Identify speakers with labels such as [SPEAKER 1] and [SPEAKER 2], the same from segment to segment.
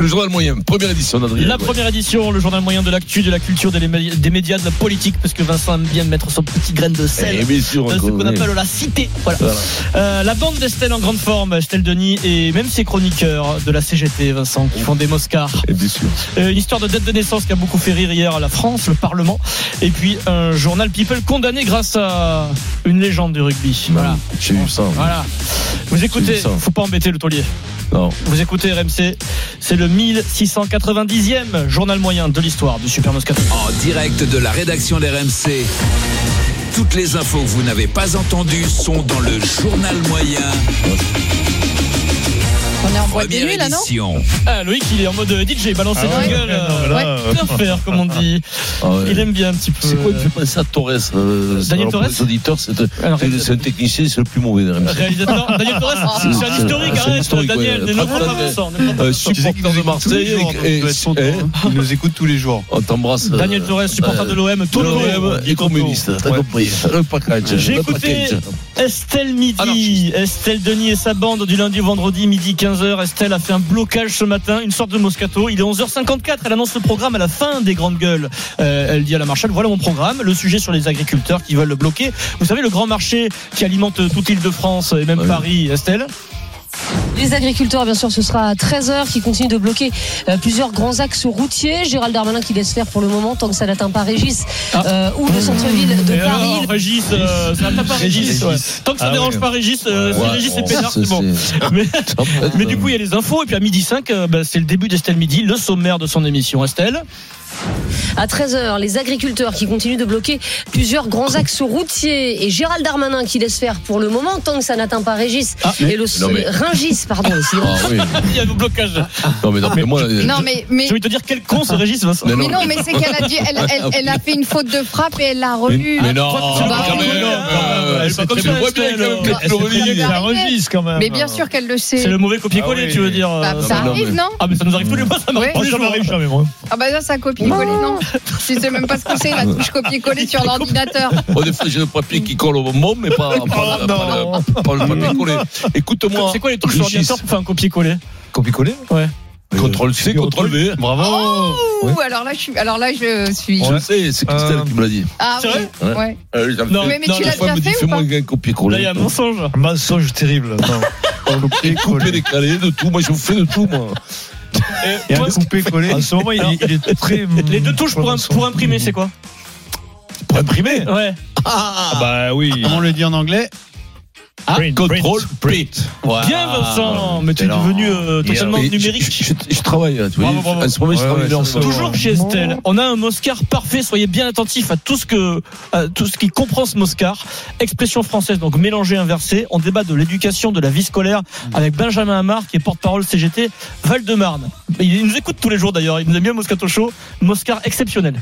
[SPEAKER 1] Le journal moyen, première édition, Adrien.
[SPEAKER 2] La première édition, le journal moyen de l'actu, de la culture, des, mé- des médias, de la politique, parce que Vincent aime bien mettre son petit grain de sel
[SPEAKER 1] Eh bien sûr,
[SPEAKER 2] dans ce
[SPEAKER 1] encore,
[SPEAKER 2] qu'on
[SPEAKER 1] oui.
[SPEAKER 2] appelle la cité. Voilà.
[SPEAKER 1] Voilà.
[SPEAKER 2] Euh, la bande d'Estelle en grande forme, Estelle Denis et même ses chroniqueurs de la CGT, Vincent, qui font des moscars.
[SPEAKER 1] Eh bien sûr.
[SPEAKER 2] Euh, une histoire de dette de naissance qui a beaucoup fait rire hier à la France, le Parlement, et puis un journal People condamné grâce à une légende du rugby. Voilà.
[SPEAKER 1] J'ai eu ça.
[SPEAKER 2] Voilà. Vous écoutez,
[SPEAKER 1] C'est ça.
[SPEAKER 2] faut pas embêter le taulier.
[SPEAKER 1] Non.
[SPEAKER 2] Vous écoutez RMC, c'est le 1690e journal moyen de l'histoire du Super Moscato.
[SPEAKER 3] En direct de la rédaction d'RMC. Toutes les infos que vous n'avez pas entendues sont dans le journal moyen.
[SPEAKER 4] On est en boîte de
[SPEAKER 3] Première
[SPEAKER 4] nuit là, non
[SPEAKER 3] édition.
[SPEAKER 2] Ah, Loïc, il est en mode DJ, il balance ses
[SPEAKER 4] ouais
[SPEAKER 2] jingles, euh,
[SPEAKER 4] là,
[SPEAKER 2] euh, bien faire, comme on dit.
[SPEAKER 1] Ah ouais.
[SPEAKER 2] Il aime bien un petit peu.
[SPEAKER 1] C'est quoi qui fait penser à Torres euh,
[SPEAKER 2] Daniel
[SPEAKER 1] alors, pour
[SPEAKER 2] Torres
[SPEAKER 1] Les auditeurs, c'est
[SPEAKER 2] Alors,
[SPEAKER 1] c'est- c'est un technicien, c'est le plus mauvais de RMC.
[SPEAKER 2] Réalisateur Daniel Torres, c'est un
[SPEAKER 1] Ah. c'est-
[SPEAKER 2] historique,
[SPEAKER 1] c'est un
[SPEAKER 2] arrête,
[SPEAKER 1] historique,
[SPEAKER 2] Daniel,
[SPEAKER 1] ouais.
[SPEAKER 2] ne nous prends pas
[SPEAKER 1] Attends,
[SPEAKER 2] Vincent, ne nous prends pas
[SPEAKER 1] Euh,
[SPEAKER 2] Vincent.
[SPEAKER 1] supporter de Marseille, et, et-
[SPEAKER 5] Il nous écoute tous les jours.
[SPEAKER 1] on t'embrasse.
[SPEAKER 2] hein. Daniel
[SPEAKER 1] euh,
[SPEAKER 2] Torres, supporter
[SPEAKER 1] euh,
[SPEAKER 2] de l'OM, tout
[SPEAKER 1] de
[SPEAKER 2] le
[SPEAKER 1] l'OM et communiste, t'as compris. Le package.
[SPEAKER 2] J'ai
[SPEAKER 1] le
[SPEAKER 2] écouté
[SPEAKER 1] package.
[SPEAKER 2] Estelle Midi, Estelle Denis et sa bande du lundi au vendredi, midi 15h. Estelle a fait un blocage ce matin, une sorte de moscato. Il est 11h54, elle annonce le programme à la fin des grandes gueules. Euh, elle dit à la Marshall, voilà mon programme, le sujet sur les agriculteurs qui veulent le bloquer. Vous savez, le grand marché qui alimente toute l'île de France et même
[SPEAKER 1] Ouais.
[SPEAKER 2] Paris, Estelle
[SPEAKER 6] Les agriculteurs, bien sûr, ce sera à 13h qui continuent de bloquer euh, plusieurs grands axes routiers. Gérald Darmanin qui laisse faire pour le moment tant que ça n'atteint pas Régis
[SPEAKER 2] Ah.
[SPEAKER 6] euh, ou le centre-ville de
[SPEAKER 2] Et
[SPEAKER 6] Paris.
[SPEAKER 2] alors, Régis, euh, ça n'atteint pas Régis.
[SPEAKER 5] Régis.
[SPEAKER 2] ouais. Tant que ça
[SPEAKER 5] Ah
[SPEAKER 2] dérange
[SPEAKER 5] ouais.
[SPEAKER 2] pas Régis, euh, si
[SPEAKER 1] Ouais,
[SPEAKER 2] Régis
[SPEAKER 1] bon,
[SPEAKER 2] c'est pénard, c'est bon.
[SPEAKER 1] c'est-
[SPEAKER 2] Mais-
[SPEAKER 1] en fait,
[SPEAKER 2] Mais du coup, il y a les infos. Et puis à midi 5, euh, bah, c'est le début d'Estelle Midi, le sommaire de son émission. Estelle
[SPEAKER 6] À 13h, les agriculteurs qui continuent de bloquer plusieurs grands axes routiers et Gérald Darmanin qui laisse faire pour le moment tant que ça n'atteint pas Régis
[SPEAKER 2] Ah,
[SPEAKER 6] et le
[SPEAKER 1] Non, mais-
[SPEAKER 6] Ringis, pardon. c'est-
[SPEAKER 1] Ah oui.
[SPEAKER 2] Il y a le blocage.
[SPEAKER 1] Non, mais non, mais moi. euh,
[SPEAKER 4] Non, mais, mais,
[SPEAKER 2] J'ai envie de te dire quel con ce Régis Vincent.
[SPEAKER 1] mais
[SPEAKER 4] mais non, mais c'est qu'elle a, dit- elle, elle- elle a fait une faute de frappe et elle l'a revue.
[SPEAKER 1] Mais non,
[SPEAKER 2] Crois que tu
[SPEAKER 4] bah,
[SPEAKER 2] vas
[SPEAKER 1] Ah, quand
[SPEAKER 4] oui,
[SPEAKER 2] rigoler,
[SPEAKER 1] même,
[SPEAKER 2] hein.
[SPEAKER 1] euh,
[SPEAKER 2] Elle est
[SPEAKER 1] c'est
[SPEAKER 2] pas comme
[SPEAKER 1] très
[SPEAKER 2] ça,
[SPEAKER 1] bien, ouais, bien,
[SPEAKER 2] Estelle.
[SPEAKER 1] quand même,
[SPEAKER 2] Elle
[SPEAKER 1] que tu le
[SPEAKER 2] s'est
[SPEAKER 1] relies.
[SPEAKER 2] pris à
[SPEAKER 4] Arrivé.
[SPEAKER 2] Régis, quand même.
[SPEAKER 4] Mais bien sûr qu'elle le sait.
[SPEAKER 2] C'est le mauvais copier-coller,
[SPEAKER 5] Ah oui.
[SPEAKER 2] tu veux dire.
[SPEAKER 4] Bah,
[SPEAKER 2] euh,
[SPEAKER 4] ça
[SPEAKER 1] non, mais-
[SPEAKER 4] arrive, non
[SPEAKER 2] Ah, mais ça nous arrive tous les mois, ça m'arrive
[SPEAKER 4] Ouais.
[SPEAKER 2] tous les
[SPEAKER 5] Ça
[SPEAKER 2] jours.
[SPEAKER 5] m'arrive jamais, moi.
[SPEAKER 4] Ah bah ça, c'est un copier-coller, non Je sais même pas ce que c'est, la touche copier-coller sur l'ordinateur.
[SPEAKER 1] Bon, des fois, j'ai le papier qui colle au bonbon, mais pas, pas,
[SPEAKER 5] Oh,
[SPEAKER 1] pas,
[SPEAKER 5] non.
[SPEAKER 1] le- pas le papier collé. Écoute-moi.
[SPEAKER 2] C'est quoi les touches sur
[SPEAKER 1] Régis,
[SPEAKER 2] l'ordinateur pour faire un copier-coller
[SPEAKER 5] Copier-coller
[SPEAKER 2] Ouais.
[SPEAKER 1] Contrôle C, contrôle V.
[SPEAKER 5] Bravo
[SPEAKER 4] Ouh, Oh, alors là, je suis, alors là, je suis.
[SPEAKER 1] Je le sais, c'est Christelle
[SPEAKER 5] Euh,
[SPEAKER 1] qui me l'a dit.
[SPEAKER 4] Ah
[SPEAKER 2] C'est
[SPEAKER 4] oui,
[SPEAKER 1] vrai
[SPEAKER 4] ouais.
[SPEAKER 1] Euh, j'avais
[SPEAKER 2] Non,
[SPEAKER 1] fait-
[SPEAKER 4] Mais, mais
[SPEAKER 2] non,
[SPEAKER 4] tu
[SPEAKER 2] la
[SPEAKER 1] La
[SPEAKER 4] l'as
[SPEAKER 1] fois
[SPEAKER 4] déjà
[SPEAKER 1] me dit,
[SPEAKER 4] fait ou
[SPEAKER 1] fais-moi
[SPEAKER 4] pas
[SPEAKER 1] un copier-coller.
[SPEAKER 2] Là, il y a un mensonge.
[SPEAKER 5] Un mensonge terrible. Non.
[SPEAKER 1] Copier,
[SPEAKER 5] Copier-coller.
[SPEAKER 1] décaler, de tout. Moi, je vous fais de tout, moi.
[SPEAKER 5] Et un
[SPEAKER 2] Moi,
[SPEAKER 5] coupé-collé. En ce moment, il, est- il est très.
[SPEAKER 2] Les deux touches pour, un- pour imprimer, c'est quoi
[SPEAKER 1] Pour imprimer.
[SPEAKER 2] Ouais.
[SPEAKER 5] Ah, bah oui.
[SPEAKER 7] Comment on le dit en anglais
[SPEAKER 1] Ah,
[SPEAKER 5] Print,
[SPEAKER 1] Contrôle P.
[SPEAKER 2] Bien, Vincent. Mais tu es
[SPEAKER 5] alors.
[SPEAKER 2] devenu euh, totalement
[SPEAKER 1] Mais je-
[SPEAKER 2] numérique.
[SPEAKER 1] Je je- je travaille, hein, tu vois.
[SPEAKER 2] Bravo, bravo.
[SPEAKER 1] En ce moment, je
[SPEAKER 5] Ouais,
[SPEAKER 1] travaille
[SPEAKER 5] ouais,
[SPEAKER 1] dans
[SPEAKER 5] ça
[SPEAKER 1] ce-
[SPEAKER 5] va.
[SPEAKER 2] Toujours chez Estelle, on a un Moscar parfait. Soyez bien attentifs à tout ce que, à tout ce qui comprend ce Moscar. Expression française, donc mélangée, inversée. On débat de l'éducation, de la vie scolaire avec Benjamin Hamar, qui est porte-parole CGT Val-de-Marne. Il nous écoute tous les jours d'ailleurs. Il nous a mis un Moscato Show, Moscar exceptionnel.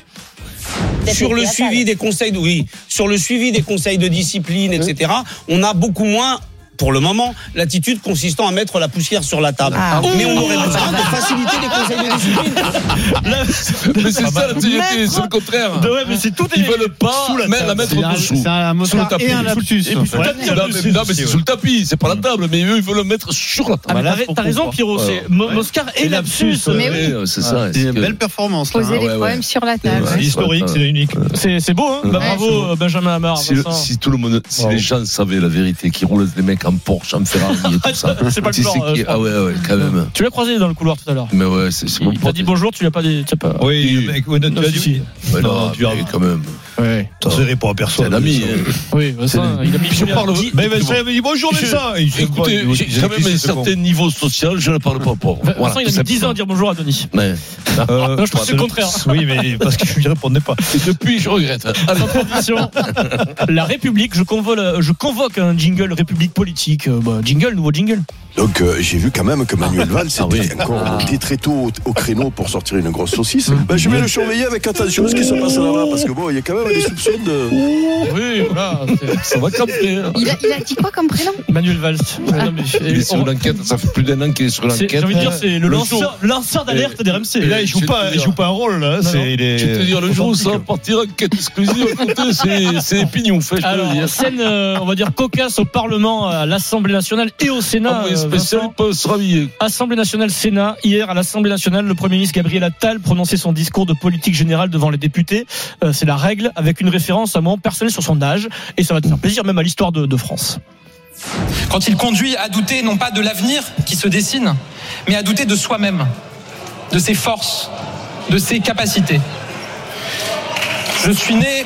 [SPEAKER 8] sur le suivi des conseils de, oui, sur le suivi des conseils de discipline, etc. On a beaucoup moins. Pour le moment, l'attitude consistant à mettre la poussière sur la table.
[SPEAKER 4] Ah.
[SPEAKER 8] Ah, Mais on aurait besoin de faciliter les conseils de discipline.
[SPEAKER 1] Mais c'est ça, la TGT, c'est le contraire.
[SPEAKER 2] Ah, bah, De- ouais, mais c'est tout. est-
[SPEAKER 1] Ils veulent pas
[SPEAKER 2] Sous la
[SPEAKER 1] mettre- la mettre
[SPEAKER 7] C'est un-
[SPEAKER 1] dessous.
[SPEAKER 7] C'est un
[SPEAKER 1] Sous le
[SPEAKER 7] motard
[SPEAKER 1] tapis.
[SPEAKER 7] et un lapsus.
[SPEAKER 2] Et puis, sous le
[SPEAKER 7] Ouais.
[SPEAKER 2] tapis,
[SPEAKER 1] Non,
[SPEAKER 2] en
[SPEAKER 1] mais,
[SPEAKER 2] plus.
[SPEAKER 1] non, mais c'est sous le tapis, c'est pas la table, mais eux ils veulent le mettre sur la
[SPEAKER 2] Ah,
[SPEAKER 1] table.
[SPEAKER 2] mais t'as- T'as raison, Pierrot.
[SPEAKER 1] Ouais. euh,
[SPEAKER 2] C'est Mo- Moscar et
[SPEAKER 7] Et
[SPEAKER 2] lapsus.
[SPEAKER 7] lapsus,
[SPEAKER 4] Mais oui.
[SPEAKER 1] Ouais, c'est
[SPEAKER 2] Ah,
[SPEAKER 1] ça.
[SPEAKER 7] C'est
[SPEAKER 1] est-ce
[SPEAKER 7] une
[SPEAKER 1] que-
[SPEAKER 7] belle performance. là, hein.
[SPEAKER 4] poser les
[SPEAKER 1] ouais, ouais.
[SPEAKER 4] problèmes sur la table.
[SPEAKER 1] Ouais.
[SPEAKER 5] C'est historique, c'est unique.
[SPEAKER 2] C'est c'est beau, hein Bah,
[SPEAKER 4] Ouais,
[SPEAKER 2] Bravo, euh, Benjamin Hamar.
[SPEAKER 1] Si, le-
[SPEAKER 2] Vincent.
[SPEAKER 1] si tout le monde, si
[SPEAKER 5] Wow.
[SPEAKER 1] les gens savaient la vérité, qui roulent les mecs en Porsche, en Ferrari et tout ça.
[SPEAKER 2] C'est pas le
[SPEAKER 1] Tu sais
[SPEAKER 2] plan, euh,
[SPEAKER 1] qui-
[SPEAKER 2] je
[SPEAKER 1] ah
[SPEAKER 2] crois.
[SPEAKER 1] ouais, ouais, quand même.
[SPEAKER 2] Tu l'as croisé dans le couloir tout à l'heure.
[SPEAKER 1] Mais ouais, c'est c'est mon
[SPEAKER 2] Il t'a dit
[SPEAKER 1] pote.
[SPEAKER 2] bonjour, tu l'as pas dit. tu l'as pas-
[SPEAKER 5] Oui,
[SPEAKER 1] Oui.
[SPEAKER 5] mec, ouais, tu
[SPEAKER 2] Non,
[SPEAKER 5] as
[SPEAKER 2] si, si.
[SPEAKER 5] dit.
[SPEAKER 1] Ouais,
[SPEAKER 5] Non,
[SPEAKER 1] non,
[SPEAKER 5] tu as-
[SPEAKER 1] mais quand même.
[SPEAKER 5] Ouais.
[SPEAKER 1] Ça
[SPEAKER 5] Ça répond à personne.
[SPEAKER 1] C'est un ami. hein.
[SPEAKER 5] ça.
[SPEAKER 2] Oui,
[SPEAKER 1] C'est-
[SPEAKER 2] Vincent, il a mis
[SPEAKER 5] Je
[SPEAKER 2] Julien.
[SPEAKER 5] parle.
[SPEAKER 1] Dis-
[SPEAKER 5] Mais Vincent,
[SPEAKER 1] dites-moi.
[SPEAKER 5] il me dit bonjour,
[SPEAKER 1] Je-
[SPEAKER 5] Vincent. Et je-
[SPEAKER 1] Écoutez,
[SPEAKER 5] il-
[SPEAKER 1] j'ai
[SPEAKER 5] il-
[SPEAKER 1] quand même
[SPEAKER 5] il-
[SPEAKER 1] un
[SPEAKER 5] il-
[SPEAKER 1] certain niveau social, je ne parle pas aux pauvres.
[SPEAKER 2] Vincent,
[SPEAKER 1] Voilà,
[SPEAKER 2] il a
[SPEAKER 1] c'est
[SPEAKER 2] mis 10 ans à
[SPEAKER 1] simple.
[SPEAKER 2] dire bonjour à Denis.
[SPEAKER 1] Mais-
[SPEAKER 5] Euh,
[SPEAKER 2] Non, je trouve que c'est le
[SPEAKER 5] pardon.
[SPEAKER 2] contraire.
[SPEAKER 5] Oui, mais parce que je ne répondais pas.
[SPEAKER 1] Et depuis, je regrette. Allez.
[SPEAKER 2] Attention. La République, je, convole- je convoque un jingle République politique. Euh, bah, jingle, nouveau jingle.
[SPEAKER 9] Donc euh, j'ai vu quand même que
[SPEAKER 7] Ah.
[SPEAKER 9] Manuel Valls était
[SPEAKER 1] oui.
[SPEAKER 9] encore monté très tôt au, au créneau pour sortir une grosse saucisse.
[SPEAKER 7] Mmh.
[SPEAKER 9] Ben, je vais le surveiller avec attention ce qui se passe là-bas parce que bon, il y a quand même des soupçons de.
[SPEAKER 1] Oui, voilà, Ah, c'est- ça va camper. hein.
[SPEAKER 4] Il a, il a dit quoi comme prénom
[SPEAKER 2] Manuel Valls. Ah, Non, mais-
[SPEAKER 1] Il est sur
[SPEAKER 2] on-
[SPEAKER 1] l'enquête, ça fait plus d'un an qu'il est sur
[SPEAKER 2] c'est-
[SPEAKER 1] l'enquête.
[SPEAKER 2] J'ai envie de dire, c'est le
[SPEAKER 1] Le
[SPEAKER 2] lanceur, lanceur d'alerte des RMC.
[SPEAKER 5] Et là, il
[SPEAKER 1] je
[SPEAKER 5] joue
[SPEAKER 1] vais te
[SPEAKER 5] pas, il
[SPEAKER 1] dire.
[SPEAKER 5] joue pas un rôle. Là,
[SPEAKER 2] Non, non.
[SPEAKER 5] c'est il est.
[SPEAKER 1] Je vais te dire, le jour où ça va
[SPEAKER 5] authentique.
[SPEAKER 1] partir, enquête exclusive, écoutez, c'est- c'est des pignons, fait, je peux le
[SPEAKER 2] Alors,
[SPEAKER 1] dire.
[SPEAKER 2] scène, euh, on va dire, cocasse au Parlement, à l'Assemblée nationale et au Sénat.
[SPEAKER 1] Envoyé
[SPEAKER 2] euh,
[SPEAKER 1] spécial,
[SPEAKER 2] Vincent.
[SPEAKER 1] ils peuvent se rhabiller.
[SPEAKER 2] Assemblée nationale, Sénat. Hier, à l'Assemblée nationale, le Premier ministre Gabriel Attal prononçait son discours de politique générale devant les députés. Euh, c'est la règle, avec une référence à mon personnel sur son âge. Et ça va te faire plaisir, même à l'histoire de, de France.
[SPEAKER 7] quand il conduit à douter non pas de l'avenir qui se dessine, mais à douter de soi-même, de ses forces, de ses capacités. Je suis né.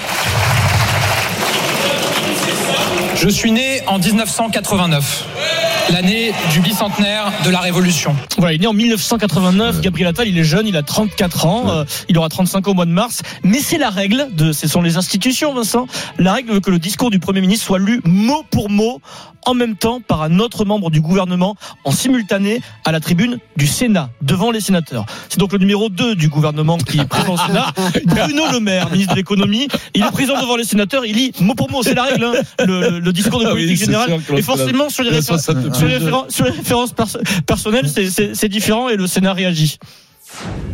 [SPEAKER 7] Je suis né en 1989, l'année du bicentenaire de la Révolution.
[SPEAKER 2] Voilà, il est né en 1989. Gabriel Attal, il est jeune, il a 34 ans. euh, il aura 35 ans au mois de mars. Mais c'est la règle, de, ce sont les institutions, Vincent. La règle veut que le discours du Premier ministre soit lu mot pour mot, en même temps, par un autre membre du gouvernement, en simultané, à la tribune du Sénat, devant les sénateurs. C'est donc le numéro 2 du gouvernement qui est présent au Sénat. Bruno Le Maire, ministre de l'économie, il est présent devant les sénateurs, il lit mot pour mot, c'est la règle, hein, le, le discours de
[SPEAKER 1] Ah oui,
[SPEAKER 2] politique
[SPEAKER 1] c'est
[SPEAKER 2] générale.
[SPEAKER 1] sûr que
[SPEAKER 2] Et forcément, sur les
[SPEAKER 1] la
[SPEAKER 2] références, sur
[SPEAKER 1] 62.
[SPEAKER 2] les référen- sur les références perso- personnelles, c'est- c'est c'est différent et le Sénat réagit.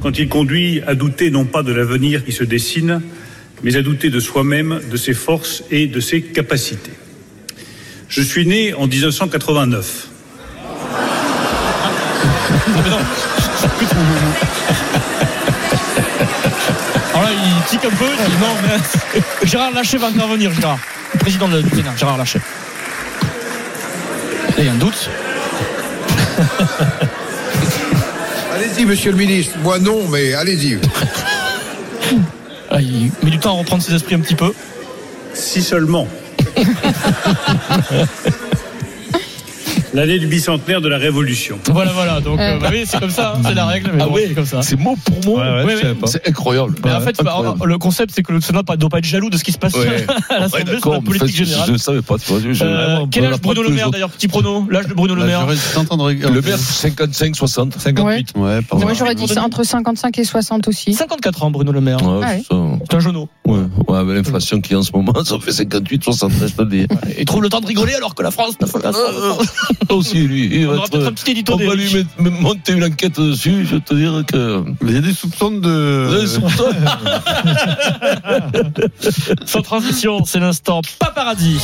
[SPEAKER 7] Quand il conduit à douter non pas de l'avenir qui se dessine, mais à douter de soi-même, de ses forces et de ses capacités. Je suis né en 1989.
[SPEAKER 2] Alors là, il tique un peu, il dit non, mais Gérard Lachet va intervenir, Gérard. Le président de la- du Sénat, Gérard Lachet. Là, il y a un doute.
[SPEAKER 9] Allez-y, monsieur le ministre. Moi non, mais allez-y.
[SPEAKER 2] Ah, il met du temps à reprendre ses esprits un petit peu.
[SPEAKER 7] Si seulement. L'année du bicentenaire de la Révolution.
[SPEAKER 2] Voilà, voilà. Donc, euh, bah oui, c'est comme ça, hein, c'est la règle. Mais
[SPEAKER 1] Ah
[SPEAKER 2] bon,
[SPEAKER 1] oui,
[SPEAKER 2] c'est comme ça.
[SPEAKER 1] c'est mot pour mot.
[SPEAKER 5] Ouais, ouais,
[SPEAKER 2] Oui,
[SPEAKER 5] je
[SPEAKER 2] oui.
[SPEAKER 5] savais pas.
[SPEAKER 1] C'est incroyable.
[SPEAKER 2] Mais en fait, bah,
[SPEAKER 1] Incroyable.
[SPEAKER 2] le concept, c'est que le Sénat ne doit pas être jaloux de ce qui se passe
[SPEAKER 1] Ouais.
[SPEAKER 2] à
[SPEAKER 1] Ouais,
[SPEAKER 2] l'Assemblée sur
[SPEAKER 1] d'accord,
[SPEAKER 2] la
[SPEAKER 1] mais en
[SPEAKER 2] politique
[SPEAKER 1] fait, Je
[SPEAKER 2] générale.
[SPEAKER 1] ne savais pas. tu vois, je- je-
[SPEAKER 2] Euh,
[SPEAKER 1] vraiment,
[SPEAKER 2] quel
[SPEAKER 1] on
[SPEAKER 2] âge
[SPEAKER 1] apprend
[SPEAKER 2] Bruno
[SPEAKER 1] tous
[SPEAKER 2] Le
[SPEAKER 1] les
[SPEAKER 2] Maire,
[SPEAKER 1] jours.
[SPEAKER 2] d'ailleurs Petit prono, l'âge de Bruno Le Maire.
[SPEAKER 1] Le maire, 55, 60. 58.
[SPEAKER 4] Ouais.
[SPEAKER 1] Ouais, pas
[SPEAKER 4] Moi j'aurais dit entre 55 et 60 aussi.
[SPEAKER 2] 54 ans, Bruno Le Maire.
[SPEAKER 4] Ah
[SPEAKER 1] Ouais,
[SPEAKER 4] ouais.
[SPEAKER 1] c'est ça.
[SPEAKER 2] C'est un genou.
[SPEAKER 1] ouais, ouais, mais l'inflation qu'il y a en ce moment, ça fait 58, 73, je te le dis.
[SPEAKER 2] Il trouve le temps de rigoler alors que la France n'a pas la
[SPEAKER 1] aussi, lui. Il
[SPEAKER 2] On
[SPEAKER 1] va
[SPEAKER 2] aura
[SPEAKER 1] être-
[SPEAKER 2] peut-être un petit édito
[SPEAKER 1] on va
[SPEAKER 2] d'Éric.
[SPEAKER 1] lui mettre- me- monter une enquête dessus, je vais te dire que.
[SPEAKER 5] Il y a des soupçons de.
[SPEAKER 1] Ouais, c'est pour ça.
[SPEAKER 2] Sans transition, c'est l'instant pas paradis.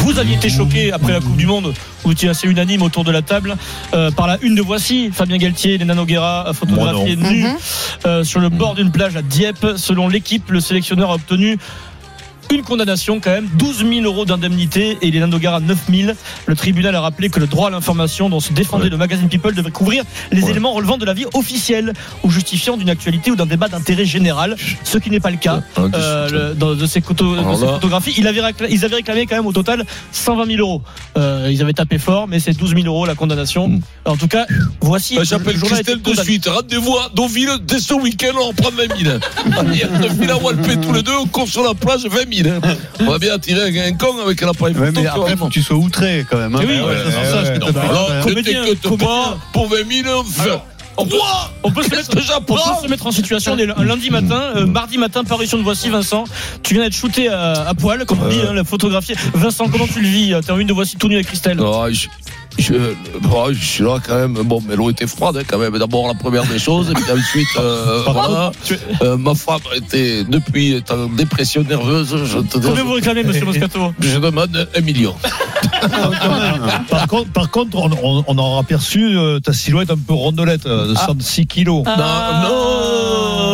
[SPEAKER 2] Vous aviez été choqué après la Coupe du Monde, vous étiez assez unanime autour de la table, euh, par la une de Voici, Fabien Galtier, Léna Noguera, euh, photographié
[SPEAKER 4] non.
[SPEAKER 2] nu
[SPEAKER 4] Mhm.
[SPEAKER 2] euh, sur le bord d'une plage à Dieppe. Selon l'équipe, le sélectionneur a obtenu une condamnation quand même, 12 000 euros d'indemnité et Léna Noguera 9 000. Le tribunal a rappelé que le droit à l'information dont se défendait
[SPEAKER 1] Ouais.
[SPEAKER 2] le magazine People devait couvrir les éléments relevant de la vie officielle ou justifiant d'une actualité ou d'un débat d'intérêt général, ce qui n'est pas le cas.
[SPEAKER 1] Ah, des
[SPEAKER 2] Euh,
[SPEAKER 1] soupçons.
[SPEAKER 2] le- dans- de ces photos- de
[SPEAKER 1] Alors
[SPEAKER 2] ces
[SPEAKER 1] là-
[SPEAKER 2] photographies. Il avait réclamé, ils avaient réclamé quand même au total 120 000 euros. Euh, ils avaient tapé fort, mais c'est 12 000 euros la condamnation.
[SPEAKER 1] Mm.
[SPEAKER 2] En tout cas, voici.
[SPEAKER 1] Bah,
[SPEAKER 2] le
[SPEAKER 1] J'appelle
[SPEAKER 2] journal a été
[SPEAKER 1] Christelle de
[SPEAKER 2] condamné.
[SPEAKER 1] suite. Rendez-vous à Deauville dès ce week-end, on prend 20 000. Allez, à Deauville, à Walpé, tous les deux, on court sur la plage 20 000. On va bien tirer un, un con avec un appareil
[SPEAKER 5] Ouais,
[SPEAKER 1] photo.
[SPEAKER 5] mais après, faut que tu sois outré quand même. hein.
[SPEAKER 2] Eh oui,
[SPEAKER 5] Ouais,
[SPEAKER 2] ouais, c'est ça, je
[SPEAKER 5] ouais,
[SPEAKER 2] te
[SPEAKER 5] ouais.
[SPEAKER 2] fais.
[SPEAKER 5] Alors,
[SPEAKER 1] Alors, ne
[SPEAKER 2] comédien,
[SPEAKER 1] t'inquiète
[SPEAKER 2] comédien.
[SPEAKER 1] pas, pour 20 000, on fait.
[SPEAKER 2] on peut-
[SPEAKER 1] Quoi
[SPEAKER 2] On peut, se
[SPEAKER 1] Qu'est-ce
[SPEAKER 2] mettre,
[SPEAKER 1] que
[SPEAKER 2] on peut
[SPEAKER 1] j'apprends
[SPEAKER 2] se mettre en situation. On est un lundi matin,
[SPEAKER 1] Hmm.
[SPEAKER 2] euh, mardi matin, parution de Voici, Vincent. Tu viens d'être shooté à, à poil, comme on dit, hein, la photographier. Vincent, comment tu le vis T'es en une de Voici tout nu avec Christelle.
[SPEAKER 1] Non, Ah, je, je, bon, je suis là quand même. Bon, mais l'eau était froide hein, quand même. D'abord, la première des choses, et puis ensuite, euh, voilà.
[SPEAKER 2] Tu-
[SPEAKER 1] Euh, ma femme était, depuis, est en dépression nerveuse. Je te
[SPEAKER 2] Combien vous
[SPEAKER 1] demande,
[SPEAKER 2] réclamez, monsieur Moscato
[SPEAKER 1] je demande un million.
[SPEAKER 5] Par contre, par contre, on, on, on aura aperçu euh, ta silhouette un peu rondelette, euh, de 106 kilos.
[SPEAKER 2] Ah.
[SPEAKER 1] Non,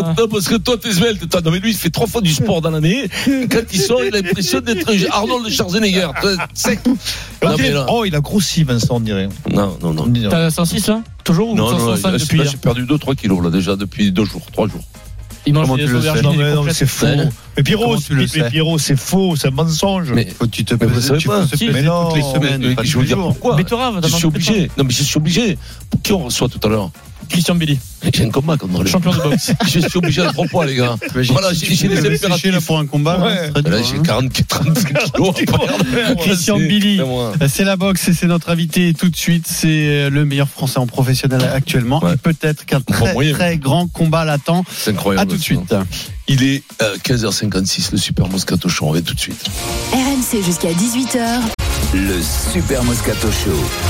[SPEAKER 1] non, non, parce que toi, t'es svelte. Attends, Non, mais lui, il fait trois fois du sport dans l'année. Quand il sort, il a l'impression d'être Arnold Schwarzenegger. Toi, sec.
[SPEAKER 5] Et on
[SPEAKER 1] Non,
[SPEAKER 5] dirait-
[SPEAKER 1] mais là-
[SPEAKER 5] oh, il a grossi, Vincent, on dirait.
[SPEAKER 1] Non, non,
[SPEAKER 5] On
[SPEAKER 1] non.
[SPEAKER 5] dirait.
[SPEAKER 2] T'as 106 là Toujours ou
[SPEAKER 1] Non, non,
[SPEAKER 2] 105
[SPEAKER 1] là,
[SPEAKER 2] depuis
[SPEAKER 1] là,
[SPEAKER 2] hier
[SPEAKER 1] j'ai perdu 2-3 kilos, là, déjà, depuis 2 jours, 3 jours.
[SPEAKER 10] Il mange
[SPEAKER 11] Comment
[SPEAKER 10] des
[SPEAKER 11] tu le
[SPEAKER 10] aubergines
[SPEAKER 11] sais
[SPEAKER 10] et
[SPEAKER 11] Non,
[SPEAKER 10] des
[SPEAKER 11] mais non, mais
[SPEAKER 10] complètes.
[SPEAKER 11] c'est faux.
[SPEAKER 10] Ouais.
[SPEAKER 11] Mais Pierrot,
[SPEAKER 10] Comment tu le
[SPEAKER 11] mais- mais
[SPEAKER 10] sais
[SPEAKER 11] Pierrot, c'est faux, c'est un mensonge.
[SPEAKER 1] Mais
[SPEAKER 11] tu te
[SPEAKER 1] Mais vous savez pas,
[SPEAKER 11] mais non.
[SPEAKER 2] euh,
[SPEAKER 1] Mais je vais vous dire pourquoi.
[SPEAKER 10] Mais Torah,
[SPEAKER 1] je
[SPEAKER 10] t'as
[SPEAKER 1] suis
[SPEAKER 10] manqué de
[SPEAKER 1] obligé. Non, mais je suis obligé. Pour qui on reçoit tout à l'heure
[SPEAKER 10] Christian Billy.
[SPEAKER 1] J'ai un combat contre lui.
[SPEAKER 10] Champion de boxe.
[SPEAKER 1] je suis obligé à trois poids, les gars.
[SPEAKER 2] T'imagines
[SPEAKER 1] Voilà,
[SPEAKER 2] si
[SPEAKER 1] j'ai
[SPEAKER 2] tu
[SPEAKER 1] j'ai des
[SPEAKER 2] pouvais sécher là
[SPEAKER 1] impératifs.
[SPEAKER 2] pour un combat,
[SPEAKER 1] Ouais.
[SPEAKER 2] ce serait dur,
[SPEAKER 1] Là, j'ai
[SPEAKER 2] hein.
[SPEAKER 1] 40, 30 kilos.
[SPEAKER 2] Christian Billy, Bah, c'est la boxe et c'est notre invité tout de suite. C'est euh, le meilleur français en professionnel actuellement. Et peut-être qu'un très,
[SPEAKER 1] moyen.
[SPEAKER 2] très grand combat l'attend.
[SPEAKER 1] C'est incroyable.
[SPEAKER 2] À tout de
[SPEAKER 1] ça.
[SPEAKER 2] suite.
[SPEAKER 1] Il est euh, 15h56, le Super Moscato Show. On va tout de suite.
[SPEAKER 12] RMC jusqu'à 18h.
[SPEAKER 13] Le Super Moscato Show.